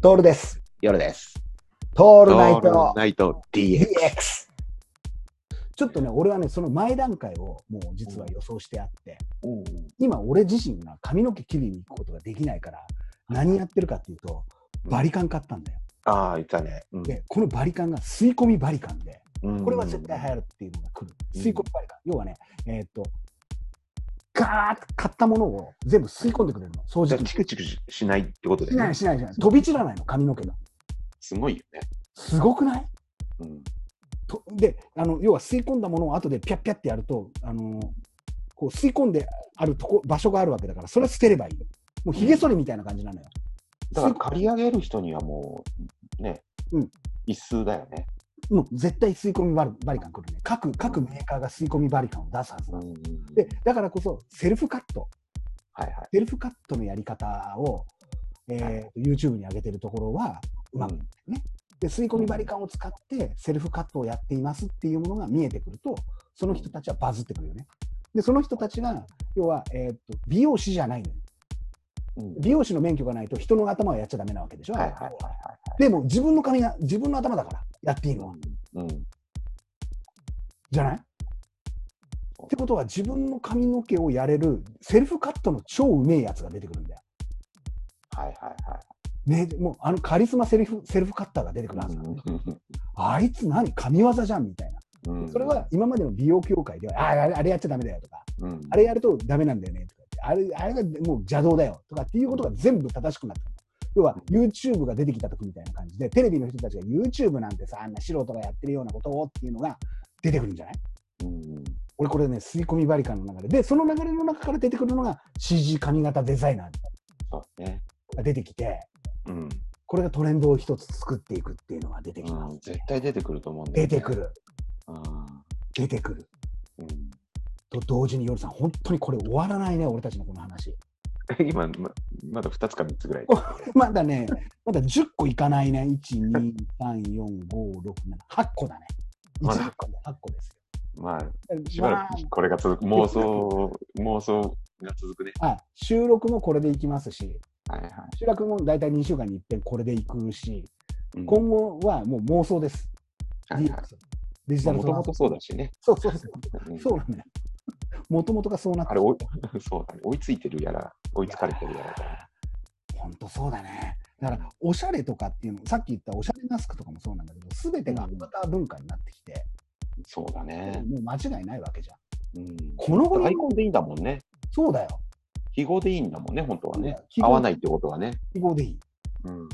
トールです。夜です。トオールナイトナイト DX。 DX。ちょっとね、俺はね、その前段階をもう実は予想してあって、今、俺自身が髪の毛切りに行くことができないから、何やってるかっていうと、バリカン買ったんだよ。ああ、言ったね。うんで、このバリカンが吸い込みバリカンで、うんこれは絶対流行るっていうのが来る。うん吸い込みバリカン。要はね、えーっと、ガーッと買ったものを全部吸い込んでくれるの、掃じ除ゃあ機に。チクチクししないってことで、しないね、しないしない。飛び散らないの、髪の毛が。すごいよね。すごくないうんとであの要は吸い込んだものを後でピャッピャッってやると、あのこう吸い込んであるとこ場所があるわけだからそれは捨てればいいもうひげ剃りみたいな感じなのよ、だから借り上げる人にはもう、ね、うん必須だよね。もう絶対吸い込みバリバリカン来るね各各メーカーが吸い込みバリカンを出すはずなのででだからこそセルフカットはいはい。セルフカットのやり方を、えー YouTube に上げてるところはうまくで吸い込みバリカンを使ってセルフカットをやっていますっていうものが見えてくるとその人たちはバズってくるよね。でその人たちが要は、えーっと美容師じゃないのようんうん美容師の免許がないと人の頭はやっちゃダメなわけでしょ、はいはいはいでも自分の髪が自分の頭だからやっていいのははい。うんじゃないってことは自分の髪の毛をやれるセルフカットの超うめえやつが出てくるんだよ。はいはいね、もうあのカリスマセルフセルフカッターが出てくるははいずなの、うあいつ何神業じゃんみたいな。ん。うんそれは、今までの美容業界では、ああれあれやっちゃダメだよとか、うんあれやるとダメなんだよねとかって、あれあれがもう邪道だよとかっていうことが全部正しくなってくる。要は YouTube が出てきた時みたいな感じで、テレビの人たちが YouTube なんてさ、あんな素人がやってるようなことをっていうのが出てくるんじゃないうん俺これね、吸い込みバリカンの流れで、その流れの中から出てくるのが CG 髪型デザイナーそうね。が出てきて、うん。これがトレンドを一つ作っていくっていうのが出てきまうすん。絶対出てくると思うんだよ出ねてく。る、うん出てくる。うんと同時に、夜さん、本当にこれ終わらないね、俺たちのこの話。 今ま、まだ2つか3つぐらい。まだね、まだ10個いかないね。1、2、3、4、5、6、7、8個だね。ま1、だ8個だ。8個ですまあ、よ。しばらまくこれが続く、妄想、妄想が続くね。あはい収録もこれでいきますし、はいはい。収録も大体2週間に一遍これでいくし、うん今後はもう妄想です。はいはい DX デジタルもトとラもンスとそうだしね。そうそうそう。うんそうなんだよ。もともとがそうなってあれ、追い そうだね。追いついてるやら、追いつかれてるやらだ本当そうだね。だから、おしゃれとかっていうの、さっき言ったおしゃれマスクとかもそうなんだけど、すべてがアバター文化になってきて、そうだね。もう間違いないわけじゃん。うん。この頃アイコンでいいんだもんね。そうだよ。記号でいいんだもんね、本当はね。記号合わないってことはね。記号でいい。うん。